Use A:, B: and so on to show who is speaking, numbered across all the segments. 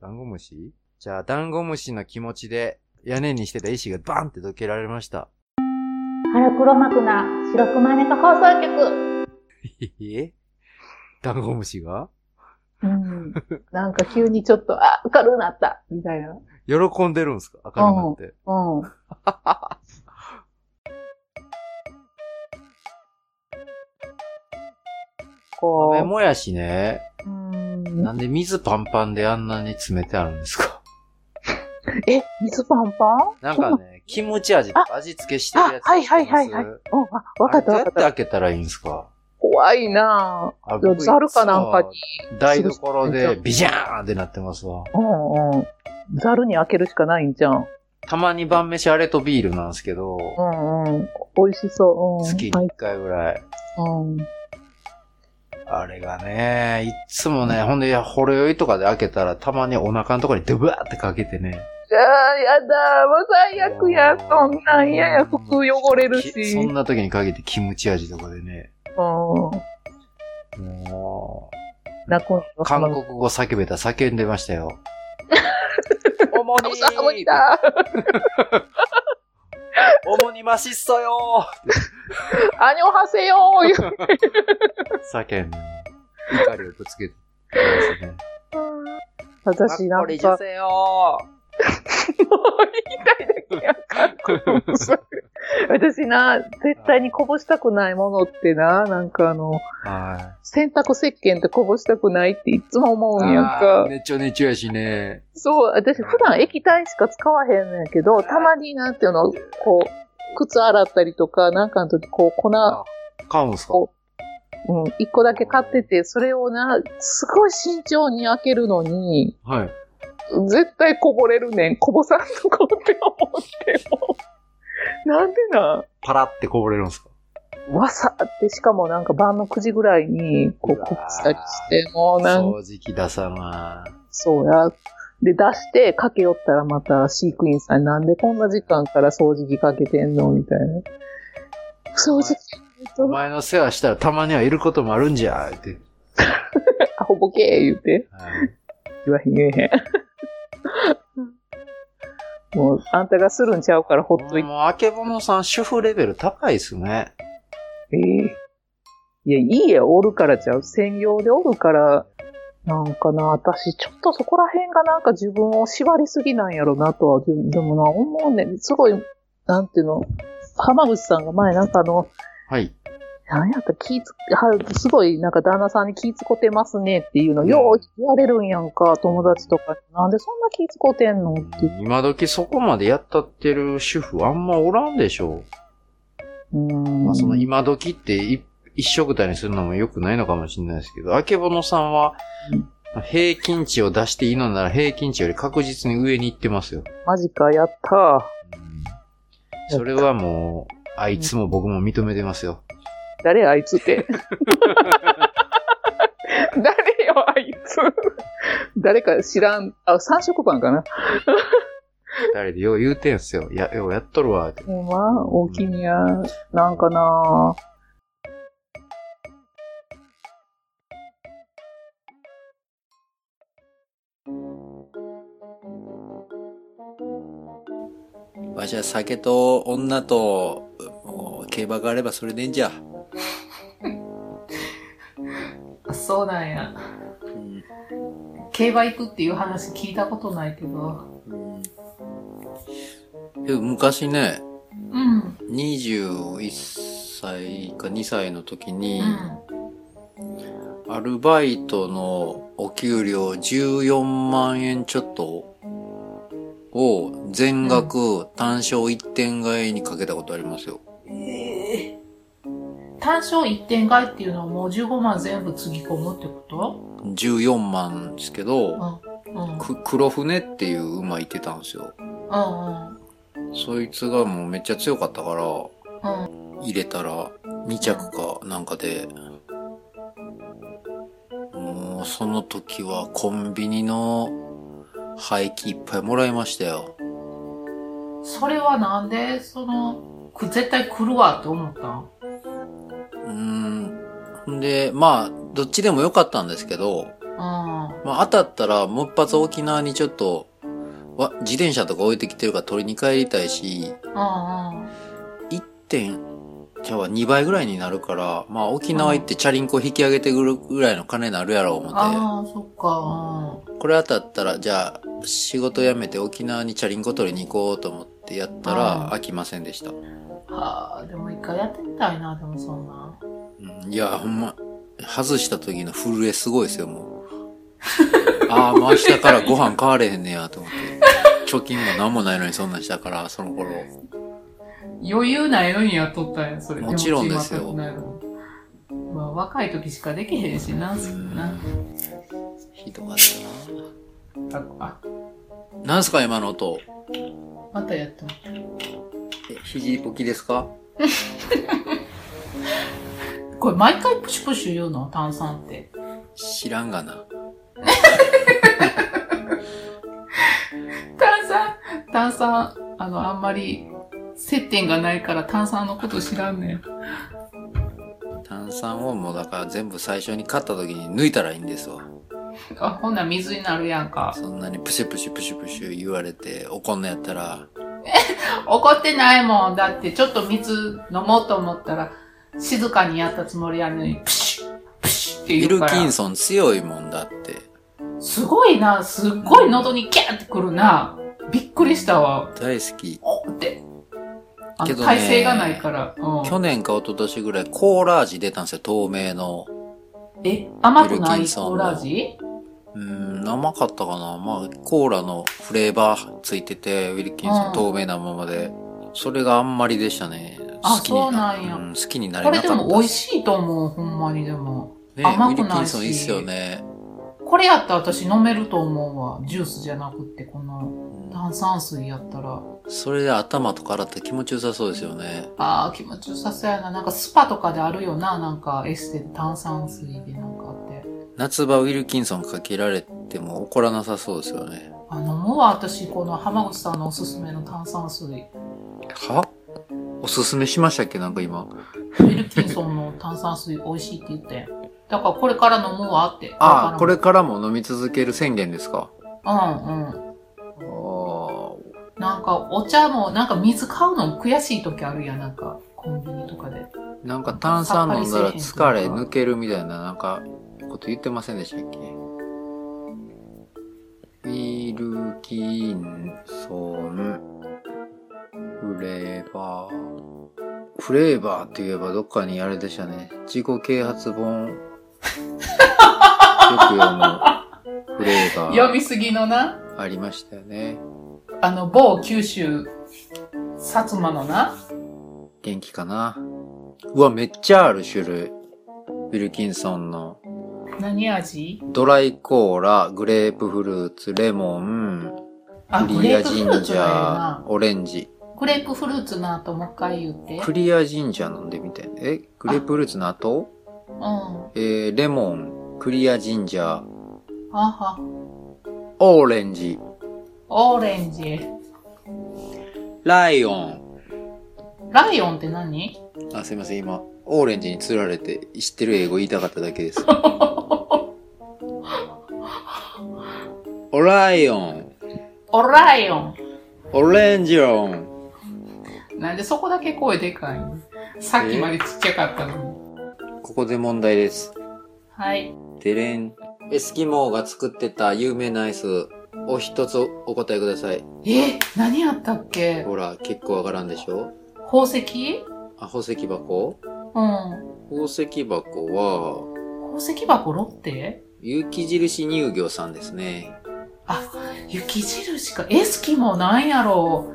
A: ダンゴムシじゃあ、ダンゴムシの気持ちで屋根にしてた石がバンってどけられました。
B: 腹黒幕な白熊ネタ放送局。
A: えダンゴムシが
B: うん。なんか急にちょっと、あ、明るくなった、みたいな。
A: 喜んでるんですか明るくなって。
B: うん。こ
A: 豆もやしね、
B: う、うん
A: な。んで水パンパンであんなに詰めてあるんですか
B: え、水パンパン
A: なんかね、キムチ味とか味付けしてる
B: あ
A: や、つ。
B: はいはいはいはい。
A: 知って
B: うん、あ、わ
A: ます
B: かっ
A: あれど
B: たわかっ
A: うや
B: た。
A: って開けたらいいんですか
B: 怖いなぁ。
A: あ
B: いやざるかなんかに。
A: 台所でビジャーンってなってますわ。
B: うんうん。ざるに開けるしかないんじゃん。
A: たまに晩飯あれとビールなんですけど、
B: うんうん。美味しそう。うん。
A: 月に
B: はい
A: 1回ぐらい。
B: うん。
A: あれがね、いっつもね、ほんで、ほろ酔いとかで開けたら、たまにお腹のところにドブワーってかけてね。
B: ああ、やだ、もう最悪や、そんなん嫌や、
A: うん
B: 服汚れるし。
A: きそんな時にかけてキムチ味とかでね、
B: う
A: も
B: ん。泣くん
A: う、韓国語叫べたら叫んでました よ。主
B: おさむ
A: に
B: り、だ。
A: 主にマシっそよ
B: あにょはせよー。言う
A: 叫んで、怒りをぶつけてますね。
B: 私な
A: マッコリ
B: ん
A: ジュ
B: か、
A: セよ
B: 言いたいだけやんか。 私な、絶対にこぼしたくないものってな、なんかあの、
A: は
B: 洗濯石鹸ってこぼしたくないっていつも思うんやん
A: い。
B: か。
A: ねちょねちょやしね。
B: そう、私普段液体しか使わへんのやけど、たまになんていうの、こう、靴洗ったりとか、なんかの時、こう、粉、
A: あ買うんすか
B: おうん、一個だけ買ってて、それをな、すごい慎重に開けるのに、
A: はい。
B: 絶対こぼれるねん。こぼさんとこって思っても。なんでな
A: パラってこぼれるんすか
B: わさって、しかもなんか晩の9時ぐらいに、こう、
A: うわー
B: こぼしたりして、もうなんか、
A: 掃除機出さな
B: そうや。で、出して、かけよったらまた飼育員さん、なんでこんな時間から掃除機かけてんのみたいな。掃除機
A: お前の世話したらたまにはいることもあるんじゃって。
B: あ、ほぼけー言うて。
A: はい
B: 言わへん言 えへん。もう、あんたがするんちゃうからほっといて。
A: もう、あけぼのさん、主婦レベル高いっすね。
B: えいや、家おるからちゃう。専業でおるから、なんかな、私、ちょっとそこら辺がなんか自分を縛りすぎなんやろなとは、ででもな、思うねん。すごい、なんていうの、浜口さんが前なんかあの、
A: はい。
B: なんやった気ぃつ、はすごいなんか旦那さんに気ぃつこてますねっていうの、よう言われるんやんか、友達とかに。なんでそんな気ぃつこてんのって。
A: 今時そこまでやったってる主婦あんまおらんでしょ
B: うん。
A: まあその今時ってい一食体にするのも良くないのかもしれないですけど、あけぼのさんは
B: うん
A: 平均値を出していいのなら平均値より確実に上に行ってますよ。
B: マジか、やったー。
A: それはもう、あいつも僕も認めてますよ。
B: 誰あいつ って。誰よ、あいつ。誰か知らん。あ、三色パンかな。
A: 誰でよう言うてんすよ。いや、ようやっとるわ。って
B: ほんま、大きにや。なんかな
C: わしは酒と女ともう競馬があればそれでいいんじゃ、
D: そうなん
C: う
D: や。
C: ん
D: 競馬行くっていう話聞いたことないけど。
C: でも昔ね
D: うん。
C: 21歳か2歳の時に、
D: うん。
C: アルバイトのお給料14万円ちょっとを全額単勝一点買いにかけたことありますよ。
D: ええ単勝一点買いっていうのはもう15万全部つぎ込むってこ
C: 14万ですけど、
D: とうん。うんうん。
C: く黒船っていう馬いてたんですよ。そいつがもうめっちゃ強かったから、入れたら2着かなんかで、もうその時はコンビニの廃棄いっぱいもらいましたよ。
D: うん。それはなんで、その、く絶対来るわって思ったん
C: うーん。んで、まあ、どっちでもよかったんですけど、
E: あ
A: まあ、当たったら、もう一発沖縄にちょっと、わ、自転車とか置いてきてるから取りに帰りたいし、
E: あ、ああ、
A: 1点、じゃあ2倍ぐらいになるから、まあ沖縄行ってチャリンコ引き上げてくるぐらいの金になるやろう思っ
E: ああ、そっか。
A: て、これ当たったら、じゃあ仕事辞めて沖縄にチャリンコ取りに行こうと思ってやったら
E: あ
A: 飽きませんでした。
E: はあ、でも一回やってみたいな、でもそんな。
A: うんいや、ほんま、外した時の震えすごいですよ、も う。ああ、もう明日からご飯買われへんねや、と思って。貯金もなんもないのにそんなんしたから、その頃。
E: 余裕ないのにやっとったんや、それ。
A: もちろんですよ
E: 手持ち全くないのまあ、若い時しかできへんしな、そんな。
A: ひどかったな。
E: あ、
A: なんすか、今の音。
E: またやっても
A: え、肘置きですか
E: これ毎回プシュプシュ言うの炭酸って。
A: 知らんがな。
E: 炭酸炭酸、あの、あんまり接点がないから炭酸のこと知らんねん。
A: 炭酸をもうだから全部最初に買った時に抜いたらいいんですわ。
E: あ、ほんなら水になるやんか。
A: そんなにプシュプシュプシュプシュ言われて怒んのやったら、
E: 怒ってないもん。だって、ちょっと水飲もうと思ったら、静かにやったつもりやのに、プシュプシュって
A: ビ
E: 言う
A: ル
E: から。
A: キンソン強いもんだって。
E: すごいな、すっごい喉にキャーってくるな。びっくりしたわ。
A: 大好き。
E: おって。あ
A: け
E: の、
A: どね
E: 体勢がないから。うん
A: 去年か一昨年ぐらいコーラ味出たんですよ、透明の。
E: え、甘くな
A: ウィルキ
E: い
A: ンソンの
E: コーラ味
A: うーん、甘かったかな。まあ、コーラのフレーバーついてて、ウィルキンソ
E: うん
A: ン透明なままで。それがあんまりでしたね。
E: あ
A: 好きに
E: そうなんや
A: う好きになれ
E: こ
A: なか
E: れ
A: った
E: で
A: っす。
E: も美味しいと思う、ほんまにでも。
A: ね、
E: 甘く
A: ウィ
E: ないし
A: ルキンソンいいっすよね。
E: これやったら私飲めると思うわ。ジュースじゃなくって、この炭酸水やったら。
A: それで頭とか洗ったら気持ちよさそうですよね。
E: ああ、気持ちよさそうやな。なんかスパとかであるよな。なんかエステで炭酸水でなんかあって。
A: 夏場ウィルキンソンかけられても怒らなさそうですよね。
E: あ、飲むわ、私。この浜口さんのおすすめの炭酸水。
A: はおすすめしましたっけなんか今。
E: ウィルキンソンの炭酸水美味しいって言って。だからこれから飲むわって。
A: ああ、
E: だ
A: こ
E: から
A: れからも飲み続ける宣言ですか。
E: うんうん。
A: ああ、
E: なんかお茶も、なんか水買うの悔しい時あるやん。なんかコンビニとかで。
A: なんか炭酸飲んだら疲れ抜けるみたいな、なんか、こと言ってませんでしたっけウィルキンソン、フレーバー。フレーバーって言えばどっかにあれでしたね。自己啓発 本。よく読むフレーバ
E: 読
A: ー
E: みすぎのな。
A: ありましたよね。
E: あの、某九州、薩摩のな。
A: 元気かな。うわ、めっちゃある種類。ウィルキンソンの。
E: 何味
A: ドライコーラ、グレープフルーツ、レモン、
E: あ、
A: ク
E: グ
A: リ
E: レ
A: ア
E: ープフ
A: ジ
E: ル
A: ン
E: ー
A: ジ
E: ツだよ
A: ャ
E: な
A: ー、。オレンジ。
E: グレープフルーツの後もう一回言って。
A: クリアジンジャー飲んでみて。え、グレープフルーツの後
E: うん。あ
A: えー、レモン、クリアジンジャー、
E: は。
A: オレンジ、
E: オレンジ。
A: ライオン。
E: ライオンって何
A: あ、すいません、今、オレンジに釣られて、知ってる英語言いたかっただけ です。オライオン、
E: オライオン。
A: オレンジオン、
E: なんでそこだけ声でかいのさっきまでちっちゃかったのに。
A: ここで問題です。
E: はい。
A: デレン。エスキモーが作ってた有名なアイスを一つお答えください。
E: え、何やったっけ
A: ほら、結構わからんでしょ
E: 宝石
A: あ、宝石箱
E: うん。
A: 宝石箱は、
E: 宝石箱ロッテ
A: 雪印乳業さんですね。
E: 雪印か。エスキもなんやろ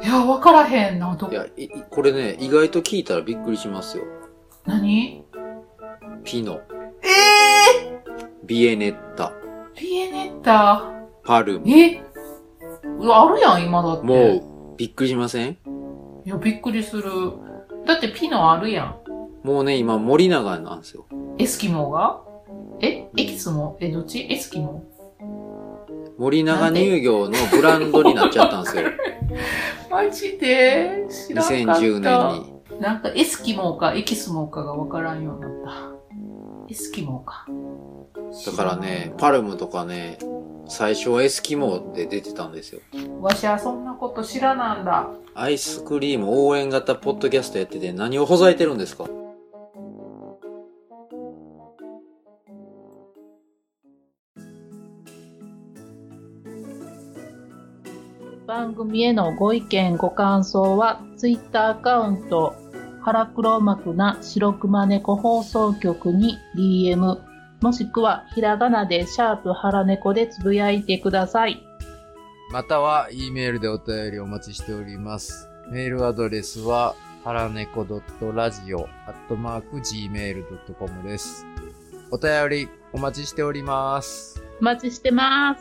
E: う。いや、わからへんな。ど
A: い、や、いいこれね、意外と聞いたらびっくりしますよ。
E: 何
A: ピノ、
E: ええ
A: ビエネッタ、
E: ピエネッタ。
A: パルム。
E: えうわあるやん、今だって。
A: もう、びっくりしません
E: いや、びっくりする。だってピノあるやん。
A: もうね、今、森永なんですよ。
E: エスキモがえエキスもえ、どっちエスキモ
A: 森永乳業のブランド になっちゃったんですよ。
E: マジで知らんかった。
A: 2010年に。
E: なんかエスキモかエキスモかがわからんようになっエスキモーか。
A: だからね、パルムとかね、最初はエスキモで出てたんですよ。
E: わしはそんなこと知らなんだ。
A: アイスクリーム応援型ポッドキャストやってて何をほざいてるんですか
E: 番組へのご意見ご感想はツイッターアカウント腹黒幕な白熊猫放送局に DM もしくはひらがなでシャープ腹猫でつぶやいてください
F: または、E メールでお便りお待ちしております。メールアドレスは、はらねこ .radio.gmail.com です。お便りお待ちしております。
E: お待ちしてます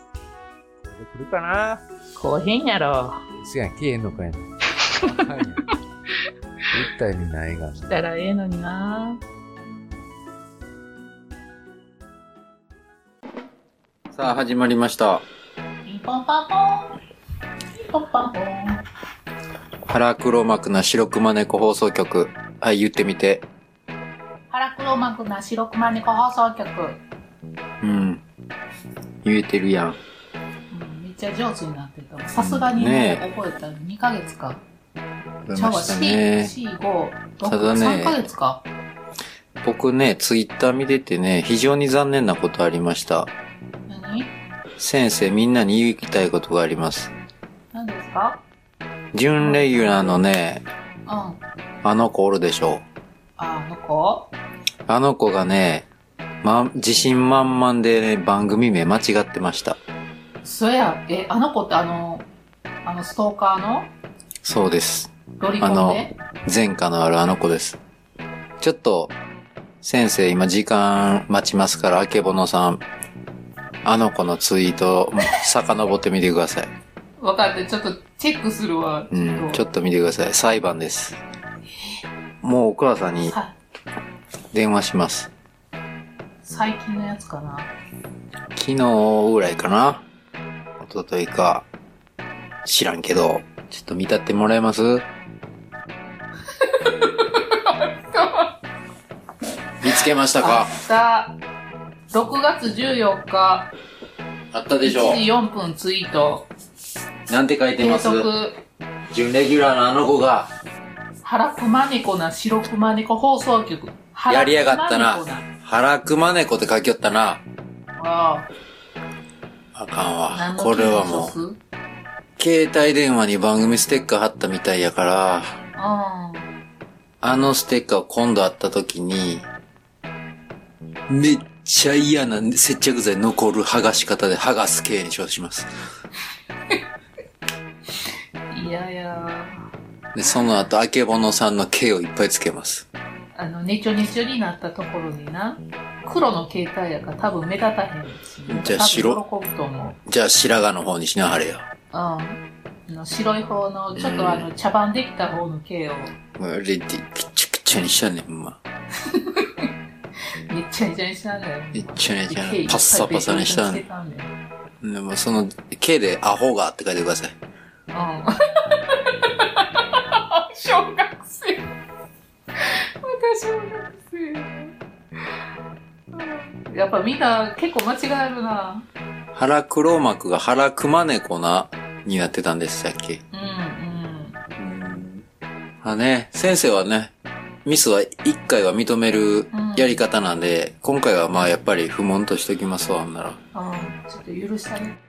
F: これで来るかな
E: 後編やろ
F: せやん、消えんのかいな。一体見ないがな。
E: したらええのにな
A: さあ、始まりました。
E: ピンポンパンポンピンポンパンポン
A: 腹黒幕な白熊猫放送局。はい、言ってみて。
E: 腹黒幕な白熊猫放送局、
A: うん。言えてるやん。
E: うん、めっちゃ上手になってたわさすがに
A: ねえ
E: 覚えた2ヶ月か
A: 出
E: ちゃ
A: ま
E: うわ、
A: したね。
E: C、C、5、6、
A: ただね
E: 3ヶ月か。
A: 僕ね、ツイッター見ててね、非常に残念なことありました。
E: 何
A: 先生、みんなに言いたいことがあります。
E: 何ですか
A: 準レギュラーのね、
E: うん。あ、
A: あの子おるでしょ
E: あの子
A: う。あの子がね、ま、自信満々でね、番組名間違ってました。
E: そや、え、あの子ってあの、あのストーカーの
A: そうです。
E: ロリコン
A: あの
E: ね。
A: 前科のあるあの子です。ちょっと、先生今時間待ちますから、あけぼのさん、あの子のツイート、遡ってみてください。
E: 分かって、ちょっとチェックするわ。
A: うん、ちょ
E: と。
A: っと見てください。裁判です。もうお母さんに
E: さ
A: 電話します。
E: 最近のやつかな。
A: 昨日ぐらいかな一昨日か。知らんけど、ちょっと見たってもらえ ます見つけました
E: あ
A: か
E: った。6月14日、
A: あった
E: 1
A: でし
E: 時
A: ょ
E: 4分ツイート。
A: なんて書いて
E: 計
A: ます
E: 測、
A: 準レギュラーのあの子が、
E: 原熊猫な白熊猫放送局。
A: やりやがったな
E: 原熊猫。
A: 腹熊猫って書きよったな。
E: あ
A: あかん
E: あ、何
A: わ。
E: の
A: これはもう、
E: う。うん。
A: 携帯電話に番組ステッカー貼ったみたいやから、あのステッカーを今度会った時に、めっちゃ嫌な接着剤残る剥がし方で剥がす系に称します。
E: いやいや。
A: で、その後、あけぼのさんの毛をいっぱいつけます。
E: あの、ねちょねちょになったところにな、黒の携帯やから多分目立たへんし、
A: じゃあ白
E: 多分喜ぶと思う。
A: じゃあ、白髪の方にしなはれよ。
E: うん。あの白い方の、ちょっとあの、茶番できた方の毛を、
A: もうレディ、くちゃくちゃにしちゃうねん、ほんま。
E: めっちゃめちゃにしたんだよ。
A: めっちゃめちゃ
E: 毛いっぱい
A: パッサパサにしたんだ
E: ベ
A: よ
E: トベトにして
A: でも、その、毛でアホがって書いてください。
E: たんだよ。うん。 小学生。私小学生うん。やっぱみんな結構間違えるな。
A: 腹黒幕が腹熊猫な、になってたんです、さっき。
E: うんうん。
A: あね、先生はね、ミスは一回は認めるやり方なんで、今回はまあやっぱり不問としときますわ、ほんなら。
E: ああ、ちょっと許してあげて。